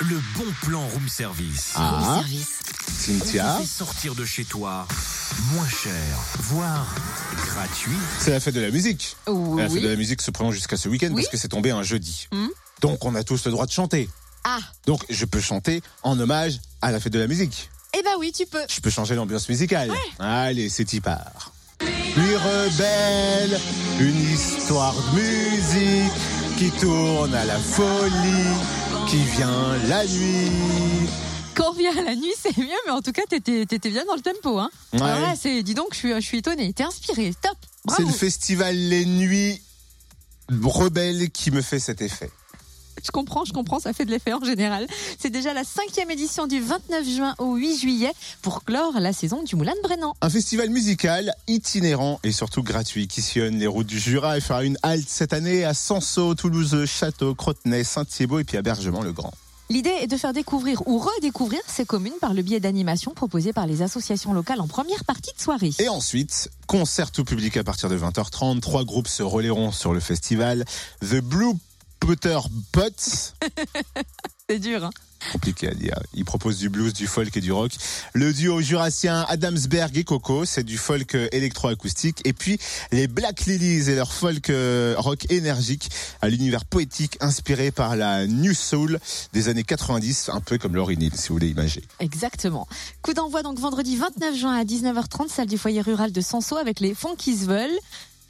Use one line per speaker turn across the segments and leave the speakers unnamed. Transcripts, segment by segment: Le bon plan room service.
Ah.
service.
On
Cynthia,
te fait sortir de chez toi moins cher, voire gratuit.
c'est la fête de la musique.
Oui,
la fête
Oh, oui.
de la musique se prolonge jusqu'à ce week-end
Oui.
parce que c'est tombé un jeudi.
Hmm.
Donc on a tous le droit de chanter.
Ah,
Donc je peux chanter en hommage à la fête de la musique.
eh ben oui, tu peux.
Je peux changer l'ambiance musicale. Allez, c'est y part. Nuit rebelle, une histoire de musique qui tourne à la folie, qui vient la nuit.
Quand vient la nuit, c'est mieux, mais en tout cas, t'étais t'étais bien dans le tempo. Hein.
Ouais.
Ah ouais, c'est, dis donc, je suis, je suis étonnée. T'es inspiré, top.
C'est
Bravo.
le festival Les Nuits Rebelles qui me fait cet effet.
Je comprends, je comprends, ça fait de l'effet en général. C'est déjà la cinquième édition du 29 juin au 8 juillet pour clore la saison du Moulin de Brennan.
Un festival musical itinérant et surtout gratuit qui sillonne les routes du Jura et fera une halte cette année à Sanso, Toulouse, Château, Crotenay, Saint-Thibault et puis à Bergement-le-Grand.
L'idée est de faire découvrir ou redécouvrir ces communes par le biais d'animations proposées par les associations locales en première partie de soirée.
Et ensuite, concert tout public à partir de 20h30. Trois groupes se relayeront sur le festival. The Blue Potter Pots,
C'est dur, hein.
compliqué à dire. Ils proposent du blues, du folk et du rock. Le duo jurassien Adamsberg et Coco, c'est du folk euh, électroacoustique. Et puis les Black Lilies et leur folk euh, rock énergique à l'univers poétique inspiré par la New Soul des années 90, un peu comme Lauryn Hill, si vous voulez imaginer.
Exactement. Coup d'envoi donc vendredi 29 juin à 19h30, salle du foyer rural de Sanso avec les fonds qui se veulent.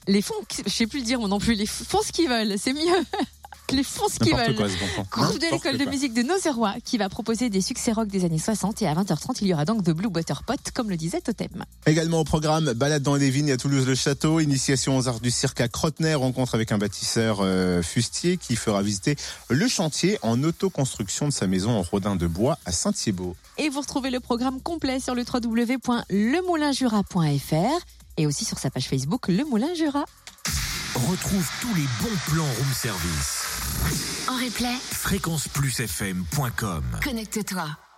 Les fonds, qui- je sais plus le dire moi non plus, les fonds qui veulent, c'est mieux. les fonds qui
N'importe
veulent.
quoi, ce bon temps.
Groupe de
N'importe
l'école de
quoi.
musique de Nozerrois qui va proposer des succès rock des années 60 et à 20h30 il y aura donc The Blue Water Pot comme le disait Totem.
Également au programme, balade dans les vignes à Toulouse-le-Château, initiation aux arts du cirque à Crottenay, rencontre avec un bâtisseur euh, fustier qui fera visiter le chantier en autoconstruction de sa maison en rodin de bois à Saint-Thibault.
Et vous retrouvez le programme complet sur le www.lemoulinjura.fr et aussi sur sa page Facebook Le Moulin Jura.
Retrouve tous les bons plans room service.
En replay,
fréquenceplusfm.com
connecte-toi.